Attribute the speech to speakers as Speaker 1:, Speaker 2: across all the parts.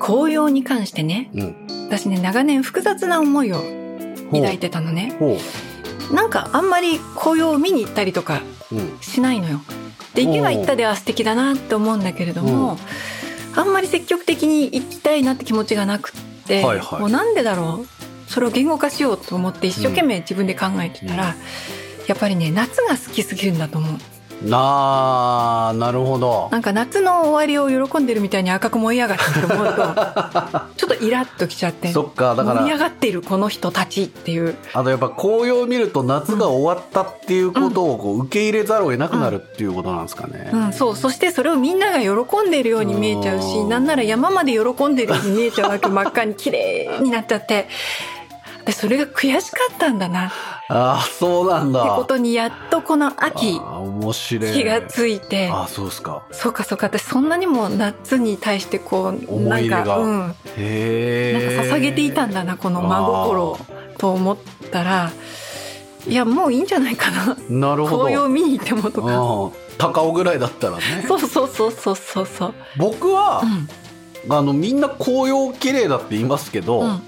Speaker 1: 紅葉に関してね、
Speaker 2: うん。
Speaker 1: 私ね、長年複雑な思いを
Speaker 2: ほう
Speaker 1: 抱いてたのね。
Speaker 2: ほ
Speaker 1: なんかあんまり紅葉を見に行ったりとか
Speaker 2: う。うん。
Speaker 1: しないのよ。で、行けば行ったで、あ、素敵だなって思うんだけれども、あんまり積極的に行きたいなって気持ちがなくって、
Speaker 2: はいはい
Speaker 1: もうなんでだろうそれを言語化しようと思って一生懸命自分で考えてたら、やっぱりね、夏が好きすぎるんだと思う。
Speaker 2: なー、なるほど
Speaker 1: な。んか夏の終わりを喜んでるみたいに赤く燃え上がってると思 うと、ちょっとイラッときちゃって。
Speaker 2: そっか、だか
Speaker 1: 盛り上
Speaker 2: ら、
Speaker 1: がっているこの人たちっていう
Speaker 2: あとやっぱ紅葉を見ると夏が終わったっていうことをこう受け入れざるを得なくなるっていうことなんですかね。
Speaker 1: うん、そう。そしてそれをみんなが喜んでいるように見えちゃう
Speaker 2: う
Speaker 1: し、
Speaker 2: ん
Speaker 1: なんなら山まで喜んでるように見えちゃうわけ、真っ赤に綺麗になっちゃって。で、それが悔しかったんだな、って
Speaker 2: ああ、そうなんだ。
Speaker 1: ことにやっとこの秋
Speaker 2: あ、ー面白い。
Speaker 1: 気がついて、
Speaker 2: ああ、そうですか。
Speaker 1: そうかそうか、私そんなにも夏に対してこう、
Speaker 2: 思
Speaker 1: ないん
Speaker 2: 入れが
Speaker 1: か、うん、なんか
Speaker 2: へえ。
Speaker 1: 捧げていたんだな、この真心を
Speaker 2: あ、
Speaker 1: と思ったら、いや、もういいんじゃないかな。
Speaker 2: ー。なるほど。
Speaker 1: 紅葉見に行ってもとか。
Speaker 2: うん、高尾ぐらいだったらね。
Speaker 1: そうそうそうそうそうそう。
Speaker 2: 僕は
Speaker 1: う、ん。
Speaker 2: あのみんな紅葉綺麗だって言いますけど、
Speaker 1: うん。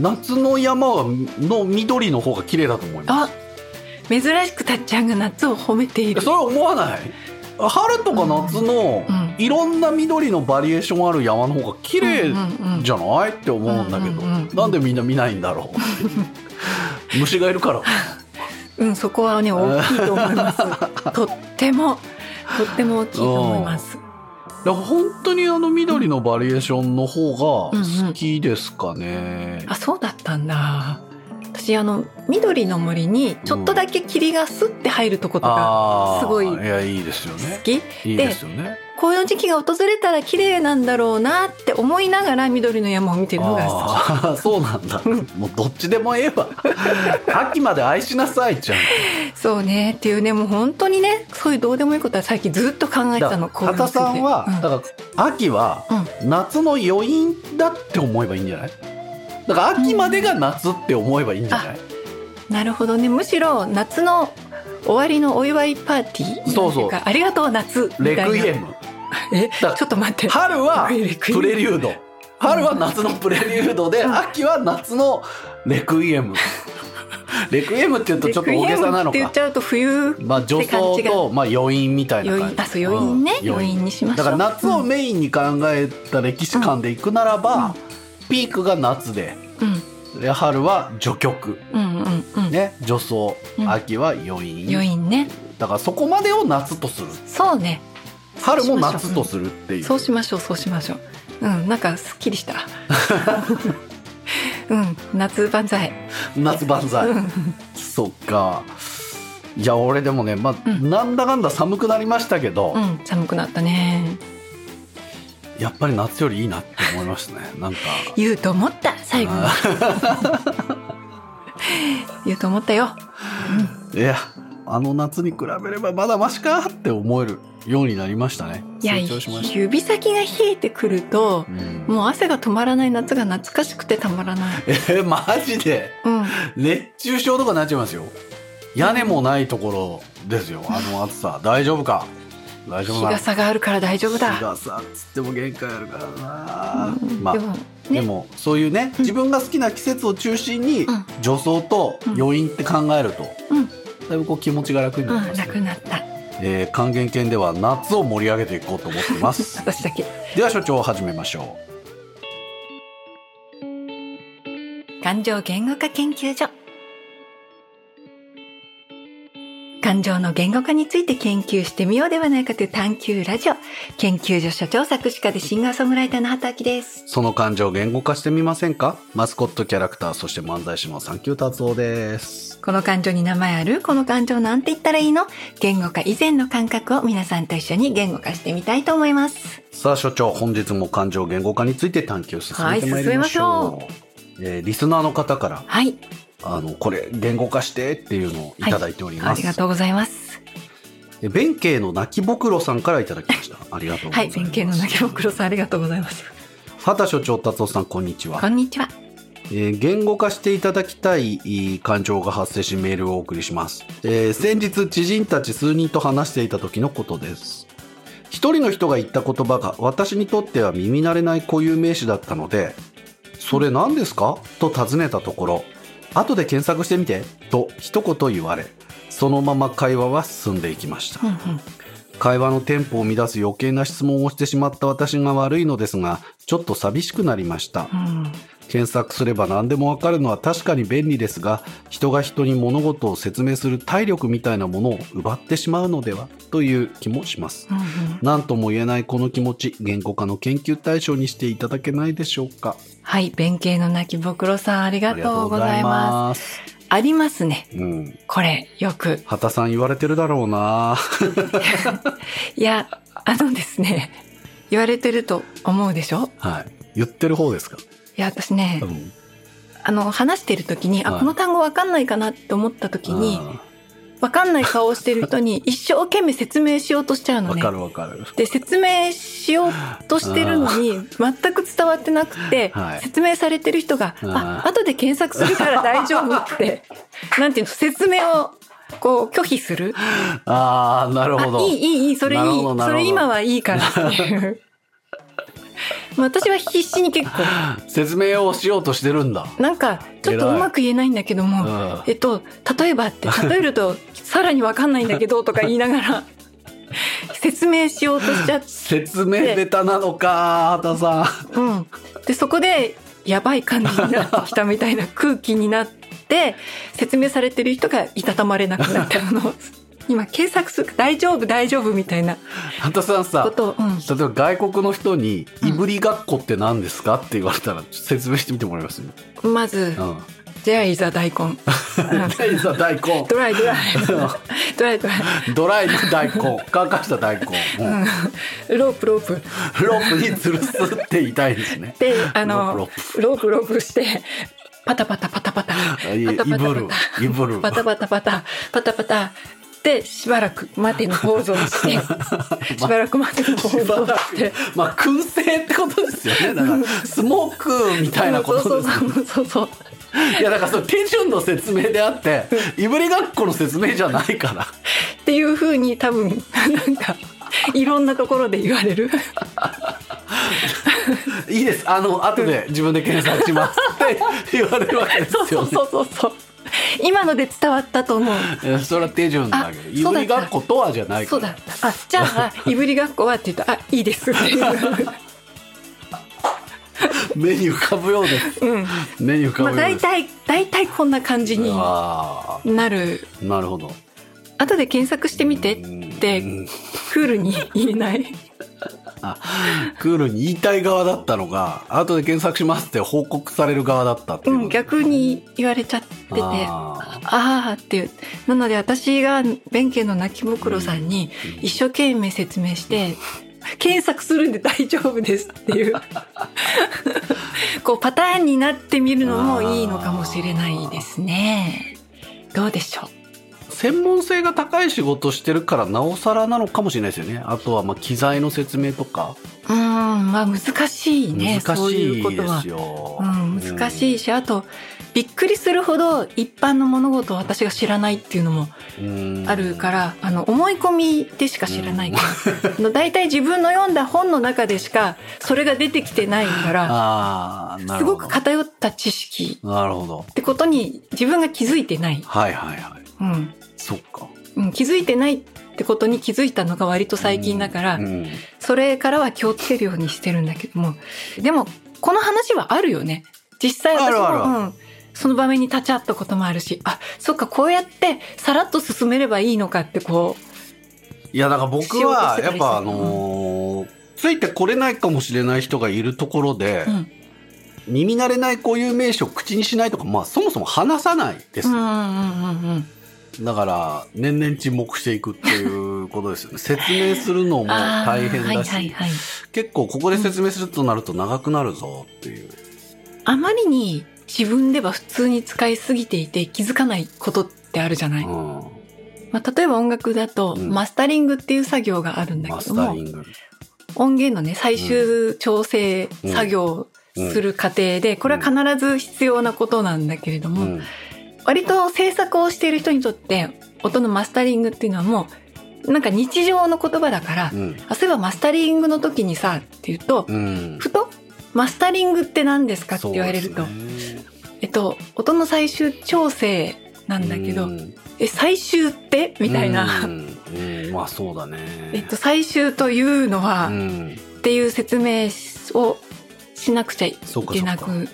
Speaker 2: 夏の山はの緑の方が綺麗だと思いま
Speaker 1: あ珍しくたっちゃんが夏を褒めている
Speaker 2: す。それは思わない。春とか夏の、
Speaker 1: うん
Speaker 2: いろんな緑のバリエーションある山の方が綺麗じ
Speaker 1: ゃ
Speaker 2: ゃないって思うんだけど、
Speaker 1: うんうんうん
Speaker 2: なんでみんな見ないんだろ う。虫がいるから。
Speaker 1: うん、うん、そこはね大きいと思い ますとってもとっても大きいと思います
Speaker 2: だから本当にあの緑のバリエーションの方が好きですかね。
Speaker 1: あそうだったんだ私あの緑の森にちょっとだけ霧がスッて入るとことか
Speaker 2: ああ、
Speaker 1: すごい
Speaker 2: やいいですよね
Speaker 1: 好。き、
Speaker 2: いいですよね。
Speaker 1: 紅葉時期が訪れたら綺麗なんだろうなって思いながら緑の山を見てるのが好き
Speaker 2: あー そうなんだ。もうどっちでもええ わ。秋まで愛しなさいじゃん。
Speaker 1: そうねっていうねもう本当にねそういうどうでもいいことは最近ずっと考えて
Speaker 2: だ
Speaker 1: た
Speaker 2: か
Speaker 1: の
Speaker 2: ら
Speaker 1: 紅
Speaker 2: 畑
Speaker 1: 葉について
Speaker 2: さんは、
Speaker 1: うん
Speaker 2: だから秋は夏の余韻だって思えばいいんじゃないだから秋までが夏って思えばいいんじゃない、
Speaker 1: なるほどね。むしろ夏の終わりのお祝いパーティー
Speaker 2: そう
Speaker 1: な
Speaker 2: そう
Speaker 1: んていかありがとう夏みた
Speaker 2: レ
Speaker 1: いな。
Speaker 2: クイエム。
Speaker 1: え、
Speaker 2: だ
Speaker 1: ちょっと待って。
Speaker 2: 春は
Speaker 1: レクイエム
Speaker 2: プレリュード。春は夏のプレリュードで、
Speaker 1: うん
Speaker 2: 秋は夏のレクイエム。レクイエムって言うとちょっと大げさな
Speaker 1: レクイエム
Speaker 2: の
Speaker 1: って言っ
Speaker 2: か
Speaker 1: ち。ゃうと冬
Speaker 2: まあ女装と、まあ余韻みたいな
Speaker 1: 余
Speaker 2: 感
Speaker 1: 韻
Speaker 2: じ。
Speaker 1: あそう余韻ね、
Speaker 2: うん
Speaker 1: 余韻にしましょ
Speaker 2: だ
Speaker 1: う。
Speaker 2: から夏を
Speaker 1: うん、
Speaker 2: メインに考えた歴史観でいくならば、
Speaker 1: うんうん
Speaker 2: ピークが夏で
Speaker 1: うん
Speaker 2: で春は序曲、
Speaker 1: うんうんうん、
Speaker 2: ね、序奏
Speaker 1: うん
Speaker 2: 秋は余韻,、
Speaker 1: 余韻ね。
Speaker 2: だからそこまでを夏とする
Speaker 1: そうね。
Speaker 2: 春
Speaker 1: そうし
Speaker 2: も
Speaker 1: ましょ
Speaker 2: 夏
Speaker 1: う
Speaker 2: とするっていう
Speaker 1: そうしましょうそうしましょう。うんなんかすっきり した。うん夏万歳。
Speaker 2: 夏万歳、
Speaker 1: うん
Speaker 2: そっかいや俺でもね、まあ
Speaker 1: うん
Speaker 2: なんだかんだ寒くなりましたけど、
Speaker 1: うん寒くなったね。
Speaker 2: やっぱり夏よりいいなって思いましたねなんか
Speaker 1: 言うと思った最後に。言うと思ったよ。
Speaker 2: いやあの夏に比べればまだマシかって思えるようになりましたね
Speaker 1: いや
Speaker 2: 成長しました
Speaker 1: 指先が冷えてくると
Speaker 2: うん
Speaker 1: もう汗が止まらない夏が懐かしくてたまらない。
Speaker 2: えーマジで
Speaker 1: うん、
Speaker 2: 熱中症とかになっちゃいますよ屋根もないところですよあの暑さ大丈夫か大丈夫
Speaker 1: 日
Speaker 2: かな
Speaker 1: 傘があるから大丈夫だ。
Speaker 2: さっつっても限界あるからな、
Speaker 1: うん
Speaker 2: まあ
Speaker 1: で
Speaker 2: で
Speaker 1: も
Speaker 2: も,、
Speaker 1: ね
Speaker 2: そういうね
Speaker 1: ん
Speaker 2: 自分が好きな季節を中心に
Speaker 1: うん
Speaker 2: 助走と余韻って考えると、
Speaker 1: うん
Speaker 2: だいぶこう気持ちが楽になり
Speaker 1: う
Speaker 2: ま
Speaker 1: ん、
Speaker 2: す、
Speaker 1: なくなった
Speaker 2: えー還元犬では夏を盛り上げていこうと思ってます
Speaker 1: 私だけ。
Speaker 2: では所長始めましょう
Speaker 1: 感情言語化研究所感情の言語化について研究してみようではないかという探求ラジオ研究所所長作詞家でシンガーソングライターの畑明です。
Speaker 2: その感情を言語化してみませんかマスコットキャラクターそして漫才師のサンキュー達夫です
Speaker 1: この感情に名前あるこの感情なんて言ったらいいの言語化以前の感覚を皆さんと一緒に言語化してみたいと思います。
Speaker 2: さあ所長本日も感情言語化について探求進めてまいりましょう,、
Speaker 1: は
Speaker 2: えーリスナーの方から
Speaker 1: はい。
Speaker 2: あのこれ言語化してっていうのをいただいており
Speaker 1: あ
Speaker 2: ます、
Speaker 1: りがとうございます。
Speaker 2: え弁慶の泣きぼくろさんからいただきましたありがとうござ
Speaker 1: はいい。
Speaker 2: ます
Speaker 1: 弁慶の泣きぼくろさんありがとうございます。
Speaker 2: 畑所長達夫さんこんにちは
Speaker 1: こんにちは。
Speaker 2: えー言語化していただきたいえー感情が発生しメールをお送りします、えー先日知人たち数人と話していた時のことです一一人の人が言った言葉が私にとっては耳慣れない固有名詞だったので、それ何ですかと尋ねたところ、後で検索してみてと一言言われ、そのまま会話は進んでいきました。
Speaker 1: うんうん
Speaker 2: 会話のテンポを乱す余計な質問をしてしまった私が悪いのですが、ちょっと寂しくなりました。
Speaker 1: うん
Speaker 2: 検索すれば何でもわかるのは確かに便利ですが人が人に物事を説明する体力みたいなものを奪ってしまうのではという気もします
Speaker 1: うんうん
Speaker 2: 何とも言えないこの気持ち言語化の研究対象にしていただけないでしょうか
Speaker 1: はい、弁慶の泣きぼくろさんあり
Speaker 2: あ
Speaker 1: がとうございますす。ありますね。
Speaker 2: うん
Speaker 1: これ、よく。
Speaker 2: 畑さん言われてるだろうない
Speaker 1: や、あのですね、言われてると思うでしょ
Speaker 2: はい言ってる方ですか、
Speaker 1: いや、私ね
Speaker 2: う、ん、
Speaker 1: あの、話してる時に、あ、
Speaker 2: はい
Speaker 1: この単語わかんないかなって思った時に、わかんない顔をしてる人 に一生懸命説明しようとしちゃう
Speaker 2: あー
Speaker 1: の
Speaker 2: わ
Speaker 1: ね
Speaker 2: か。るわかる
Speaker 1: で、説明しようとしてるのに、全く伝わってなくて、
Speaker 2: はい
Speaker 1: 説明されてる人が、
Speaker 2: あ
Speaker 1: あ、
Speaker 2: ー
Speaker 1: 後で検索するから大丈夫 って、なんていうの、説明を、こう、拒否する
Speaker 2: ああなるほど
Speaker 1: あいいいいいいそれいい
Speaker 2: なるほどな
Speaker 1: そ
Speaker 2: るほど
Speaker 1: れ今はいいからっていう まあ私は必死に結構
Speaker 2: 説明をしようとしてるんだ、
Speaker 1: なんかちょっとうまく言えないんだけど
Speaker 2: う
Speaker 1: も、
Speaker 2: ん、
Speaker 1: えっと例えば って例えるとさらにわかんないんだ けどとか言いながら説明しようとしちゃって、
Speaker 2: 説明下手なのか畑さん
Speaker 1: うん、でそこでやばい感じになってきたみたいな空気になって説明されてる人がいたたまれなくなってあの 今検索するから大丈夫大丈夫みたいな
Speaker 2: 畑さん
Speaker 1: こ
Speaker 2: さ
Speaker 1: とを、うん、
Speaker 2: 例えば外国の人に「
Speaker 1: うん
Speaker 2: いぶりがっこって何ですか?」って言われたら説明してみてもらえます
Speaker 1: まず、
Speaker 2: うん
Speaker 1: じゃあいざ大 根
Speaker 2: 大根さ大 根
Speaker 1: ドライドライドライドライ、
Speaker 2: ドライの大根乾かした大根、うん
Speaker 1: うん、ロープロープ
Speaker 2: ロープに吊るすって言いたいで すね
Speaker 1: であの
Speaker 2: ロ
Speaker 1: ロ
Speaker 2: ー
Speaker 1: ープロープしてパタパタパタパタ
Speaker 2: いい
Speaker 1: パタパタ
Speaker 2: ぶるいぶる
Speaker 1: パタパタパタパタパタでしばらく待てのポーズを してしばらく待てのポーズをして。
Speaker 2: まあ燻製ってことですよねだからスモークみたいなこ
Speaker 1: そ
Speaker 2: と
Speaker 1: う
Speaker 2: です
Speaker 1: そうそうそうそう
Speaker 2: いやだからその手順の説明であっていぶりがっこの説明じゃないから
Speaker 1: っていうふうに多分なんかいろんなところで言われる
Speaker 2: いいですあの後で自分で検索しますって言われるわけです
Speaker 1: そ
Speaker 2: よね
Speaker 1: うそうそうそうそう今ので伝わったと思う
Speaker 2: いやそれは手順だけど
Speaker 1: あ
Speaker 2: いぶりがっことはじゃない
Speaker 1: そ
Speaker 2: か
Speaker 1: うだ
Speaker 2: ら
Speaker 1: った。あ、じゃあ、いぶりがっこはって言ったら、あ、いいですって いう。
Speaker 2: 目に浮かぶようです
Speaker 1: うん。
Speaker 2: 目に浮か
Speaker 1: まあ、
Speaker 2: ぶよう
Speaker 1: 大
Speaker 2: です、
Speaker 1: 体、大体こんな感じに
Speaker 2: あ
Speaker 1: なる。
Speaker 2: ーなるほど
Speaker 1: 後で検索してみてっ
Speaker 2: うん
Speaker 1: て、クールに言えない。
Speaker 2: クールに言いたい側だったのが後で検索しますって報告される側だったって
Speaker 1: う
Speaker 2: いう、
Speaker 1: ん、逆に言われちゃってて。あ
Speaker 2: あ
Speaker 1: あーっていう。なので私が弁慶の泣きぼくろさんに
Speaker 2: うん
Speaker 1: 一生懸命説明して、検索するんで大丈夫ですって いう。こうパターンになってみるのもいいのかもしれないですね。どうでしょう
Speaker 2: ー専門性が高い仕事してるからなおさらなのかもしれないですよねあとはまあ機材の説明とか
Speaker 1: うーん、まあ難しいね、
Speaker 2: 難
Speaker 1: そう
Speaker 2: し
Speaker 1: い
Speaker 2: いう
Speaker 1: こと
Speaker 2: で
Speaker 1: は
Speaker 2: す。よ、
Speaker 1: うん、難しいし、あと、びっくりするほど一般の物事を私が知らないっていうのも
Speaker 2: うん
Speaker 1: あるから、あの、思い込みでしか知らないから、あの 大体自分の読んだ本の中でしかそれが出てきてないから、
Speaker 2: あーな
Speaker 1: す
Speaker 2: るほ
Speaker 1: ご
Speaker 2: ど
Speaker 1: く偏った知識
Speaker 2: なるほど
Speaker 1: ってことに自分が気づいてない。
Speaker 2: はいはいはい
Speaker 1: うん。
Speaker 2: そっか
Speaker 1: うん、気づいてないってことに気づいたのが割と最近だから、
Speaker 2: うん
Speaker 1: それからは気をつけるようにしてるんだけども、でも、この話はあるよね。実際私も、
Speaker 2: あるある
Speaker 1: うん、その場面に立ち会ったこともあるし、あ、そっか、こうやってさらっと進めればいいのかってこ
Speaker 2: いやだから僕
Speaker 1: しようとし
Speaker 2: は
Speaker 1: てた
Speaker 2: や
Speaker 1: り
Speaker 2: っ
Speaker 1: する
Speaker 2: ぱあのーついてこれないかもしれない人がいるところで
Speaker 1: う、う、ん、
Speaker 2: 耳慣れないこういう名詞を口にしないとか、まあそもそも話さないです。
Speaker 1: うんうんうんうん。
Speaker 2: だから、年々沈黙していくっていうことですよね。説明するのも大変だし、
Speaker 1: あーはいはいはい。
Speaker 2: 結構ここで説明するとなると長くなるぞっていう。
Speaker 1: あまりに自分では普通に使いすぎていて気づかないことってあるじゃない。
Speaker 2: うん
Speaker 1: まあ、例えば音楽だと、
Speaker 2: うん
Speaker 1: マスタリングっていう作業があるんだ
Speaker 2: マ
Speaker 1: けど
Speaker 2: スタ
Speaker 1: も
Speaker 2: リ、ング。
Speaker 1: 音源のね、最終調整作業をする過程で、これは必ず必要なことなんだけれど
Speaker 2: う
Speaker 1: も、
Speaker 2: ん。
Speaker 1: 割と制作をしている人にとって、音のマスタリングっていうのはもう、なんか日常の言葉だから、
Speaker 2: うん
Speaker 1: あそういえばマスタリングの時にさって言うと、
Speaker 2: うん
Speaker 1: ふとマスタリングって何ですかって言われると、
Speaker 2: そうですね
Speaker 1: えっと音の最終調整なんだけど、
Speaker 2: うん
Speaker 1: え最終ってみたいな、
Speaker 2: うんうんまあそうだね
Speaker 1: えっと最終というのは、
Speaker 2: うん
Speaker 1: っていう説明をしなくちゃい
Speaker 2: そうか
Speaker 1: け
Speaker 2: そう
Speaker 1: な
Speaker 2: か
Speaker 1: く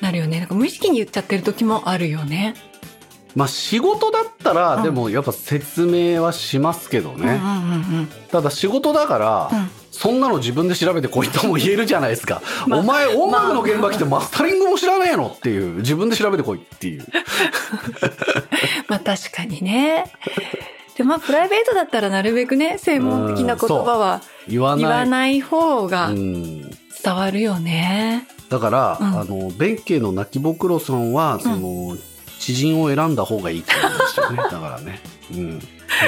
Speaker 1: なるよねなんか無意識に言っちゃってる時もあるよね。
Speaker 2: まあ仕事だった
Speaker 1: う
Speaker 2: ら
Speaker 1: ん
Speaker 2: でもやっぱ説明はしますけど
Speaker 1: うんうん
Speaker 2: ね、ただ仕事だから、
Speaker 1: うんうん
Speaker 2: そんなの自分で調べてこいとも言えるじゃないですか、
Speaker 1: まあ
Speaker 2: お前音楽の現場来てマスタリングも知らねえのっていう自分で調べてこいっていう
Speaker 1: まあ確かにね。でまあプライベートだったらなるべくね専門的な言葉は
Speaker 2: 言わ ない
Speaker 1: 言わない方が
Speaker 2: うん
Speaker 1: 伝わるよね。
Speaker 2: だから、
Speaker 1: うん
Speaker 2: あの弁慶の泣きぼくろさんはその、知人を選んだ方がいいってことで すよねだからね、うん、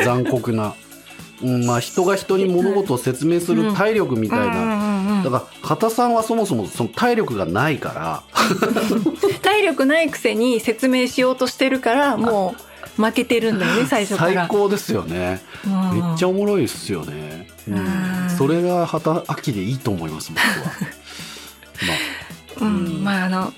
Speaker 2: 残酷な、うんまあ、人が人に物事を説明する体力みたいな、
Speaker 1: うんうんうん
Speaker 2: だから片さんはそもそもその体力がないから
Speaker 1: 体力ないくせに説明しようとしてるからもう負けてるんだ よね最初から。
Speaker 2: 最高ですよね、
Speaker 1: うん
Speaker 2: めっちゃおもろいですよね、うん
Speaker 1: うん
Speaker 2: それが畑秋でいいと思います僕 は
Speaker 1: う
Speaker 2: うん
Speaker 1: ん、まああの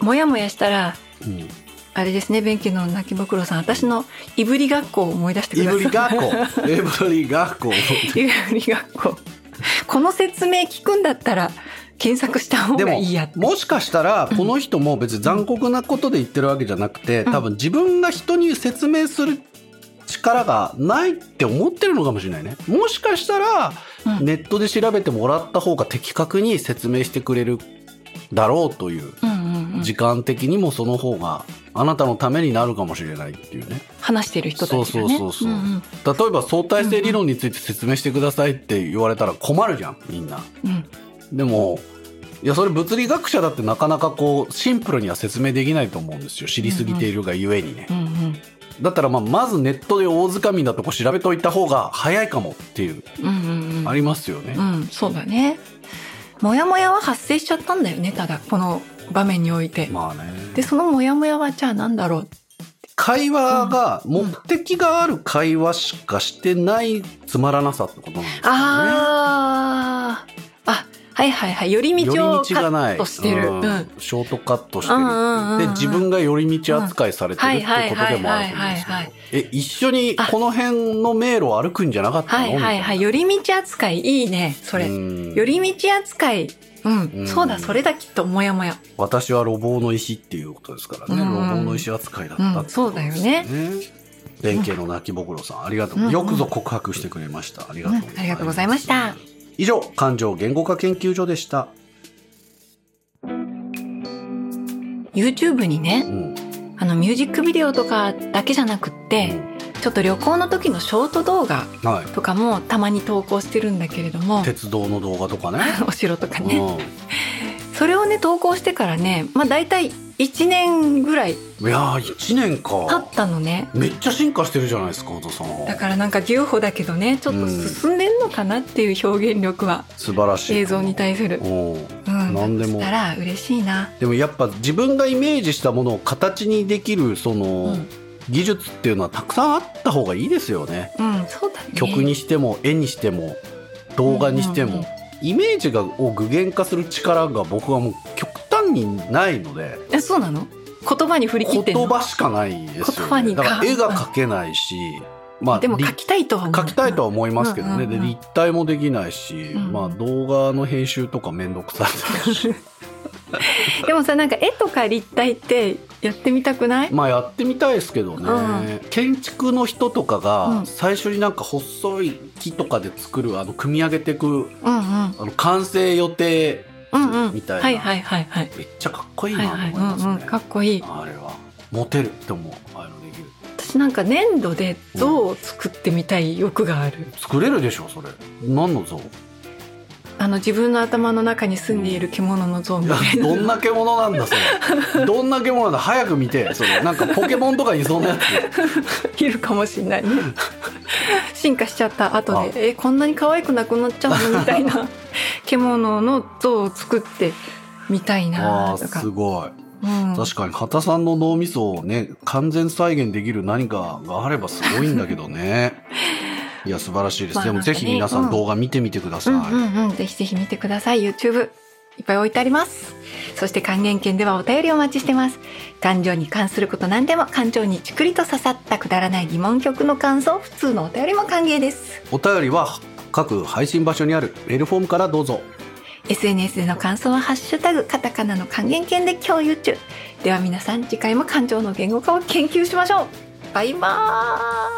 Speaker 1: もやもやしたら
Speaker 2: まあ、うん
Speaker 1: あれですね弁慶の泣きぼくろさん私のいぶりがっこを思い出してく
Speaker 2: エ
Speaker 1: ださい
Speaker 2: ブリ学 校エブリ学校
Speaker 1: いぶりがっこ この説明聞くんだったら検索した方
Speaker 2: で
Speaker 1: が
Speaker 2: も
Speaker 1: いいやって
Speaker 2: もしかしたらこの人も別に残酷なことで言ってるわけじゃなくて、
Speaker 1: うん
Speaker 2: 多分自分が人に説明する力がないって思ってるのかもしれないねもしかしたら
Speaker 1: うん
Speaker 2: ネットで調べてもらった方が的確に説明してくれるだろうという
Speaker 1: うんうんうん
Speaker 2: 時間的にもその方があなたのためになるかもしれないっていうね
Speaker 1: 話してる人たちがね
Speaker 2: そうそうそうそう
Speaker 1: うんん
Speaker 2: 例えば相対性理論について説明してくださいって言われたら困るじゃんみんな
Speaker 1: うん
Speaker 2: でもいやそれ物理学者だってなかなかこうシンプルには説明できないと思うんですよ知りすぎているがゆえにね
Speaker 1: う、んうん
Speaker 2: だったらまあまずネットで大掴みなとこ調べといた方が早いかもっていう、
Speaker 1: うんうんうん
Speaker 2: ありますよね、
Speaker 1: うんそうだねもやもやは発生しちゃったんだよねただこの場面において
Speaker 2: まあね
Speaker 1: でそのもやもやはじゃあなんだろう
Speaker 2: 会話が目的がある会話しかしてないつまらなさってことなんですよね
Speaker 1: あーあはいはいはい寄り
Speaker 2: 寄
Speaker 1: 道を
Speaker 2: り道
Speaker 1: カ
Speaker 2: がない
Speaker 1: ットしてる、
Speaker 2: うん
Speaker 1: うん
Speaker 2: ショートカットして
Speaker 1: うんうんうんうん
Speaker 2: るで自分が寄り道扱いされてるっていうことでもあると思うんです
Speaker 1: はいはいはいはいはい
Speaker 2: けどえ一緒にこの辺の迷路を歩くんじゃなかったの
Speaker 1: はいはいはい。寄り道扱いいいね、それ。
Speaker 2: うん
Speaker 1: 寄り道扱い。うん、
Speaker 2: うん
Speaker 1: そうだ、それだ、きっと、もやもや。
Speaker 2: 私は路傍の石っていうことですからね、
Speaker 1: うん
Speaker 2: 路傍の石扱いだったってことですね弁慶の泣きぼくろさんありがとう、
Speaker 1: うんうん
Speaker 2: よくぞ告白してくれましたありが
Speaker 1: う
Speaker 2: と
Speaker 1: ん
Speaker 2: う、
Speaker 1: ありがとうございました。
Speaker 2: 以上感情言語化研究所でした、
Speaker 1: YouTube に
Speaker 2: う
Speaker 1: ね、
Speaker 2: ん
Speaker 1: あの、ミュージックビデオとかだけじゃなくって、ちょっと旅行の時のショート動画
Speaker 2: うんはい
Speaker 1: とかもたまに投稿してるんだけれども、
Speaker 2: 鉄道の動画とかね
Speaker 1: お城とかね。
Speaker 2: う
Speaker 1: それをね、投稿してからね、まあ大体1年ぐらい
Speaker 2: んいやー1年か
Speaker 1: 経ったのね。
Speaker 2: めっちゃ進化してるじゃないですか、本田さん。
Speaker 1: だからなんか牛歩だけどね、ちょっと進んでんのかなっていう表現力は、
Speaker 2: 素晴らしい。
Speaker 1: 映像に対する。
Speaker 2: うん。
Speaker 1: うん。
Speaker 2: 何でも
Speaker 1: したら嬉しいな。
Speaker 2: でもやっぱ自分がイメージしたものを形にできるその
Speaker 1: うん
Speaker 2: 技術っていうのはたくさんあった方がいいですよね。
Speaker 1: うん、そうだね。
Speaker 2: 曲にしても絵にしても動画にして
Speaker 1: うんうんう
Speaker 2: も
Speaker 1: ん
Speaker 2: イメージがを具現化する力が僕はもう極端にないので
Speaker 1: え、そうなの言葉に振り切ってんの
Speaker 2: 言葉しかないです
Speaker 1: 言
Speaker 2: よ
Speaker 1: 葉
Speaker 2: ね。
Speaker 1: に
Speaker 2: だ
Speaker 1: か
Speaker 2: から絵が描けないし、まあ
Speaker 1: でも
Speaker 2: 立
Speaker 1: 書きたいとは思う。
Speaker 2: 書きたいとは思いますけどね、
Speaker 1: うんうんうん
Speaker 2: で立体もできないし、
Speaker 1: うん
Speaker 2: まあ、動画の編集とか面倒くさい し
Speaker 1: でもさ、なんか絵とか立体ってやってみたくない
Speaker 2: まあやってみたいですけどね、
Speaker 1: う
Speaker 2: 建築の人とか
Speaker 1: う
Speaker 2: が
Speaker 1: ん
Speaker 2: 最初になんか細い木とかで作るあの組み上げていく
Speaker 1: うんうん。
Speaker 2: あの完成予定
Speaker 1: うんうん。
Speaker 2: みたいな
Speaker 1: はいはいはいはい。
Speaker 2: めっちゃかっこいい
Speaker 1: はい
Speaker 2: なと
Speaker 1: は
Speaker 2: 思
Speaker 1: い。
Speaker 2: います
Speaker 1: うんうん。
Speaker 2: ね、
Speaker 1: かっこいい。
Speaker 2: あれはモテるって思うああいうのできる
Speaker 1: 私なんか粘土で像を作ってみたい欲がある。
Speaker 2: 作れるでしょそれ何の 像
Speaker 1: あの、自分の頭の中に住んでいる獣の像みたいな。
Speaker 2: どんな獣なんだ それどんな獣なんだ早く見てそれなんかポケモンとかにいそうなや つ
Speaker 1: いるかもしれ ないね。進化しちゃった後で、え、こんなに可愛くなくなっちゃうのみたい な獣の像を作ってみたい
Speaker 2: あ
Speaker 1: な
Speaker 2: あ
Speaker 1: とか
Speaker 2: す。ごい
Speaker 1: うん
Speaker 2: 確かに畑さんの脳 みそをね完全再現できる何かがあればすごいんだけどねいいや素晴らしいです、
Speaker 1: まあ
Speaker 2: でも
Speaker 1: なんか
Speaker 2: ぜ
Speaker 1: ね
Speaker 2: ひ皆さ
Speaker 1: うんん
Speaker 2: 動画見てみてくださ
Speaker 1: う
Speaker 2: い、
Speaker 1: んうんうん、ぜひぜひ見てください。YouTube いっぱい置いてあります。そして還元券ではお便りお待ちしてます。感情に関すること何でも感情にちくりと刺さったくだらない疑問曲の感想、普通のお便りも歓迎です。
Speaker 2: お便りは各配信場所にあるメールフォームからどうぞ
Speaker 1: SNS での感想はハッシュタグカタカナの還元券で共有中。では皆さん次回も感情の言語化を研究しましょう。バイバーイ。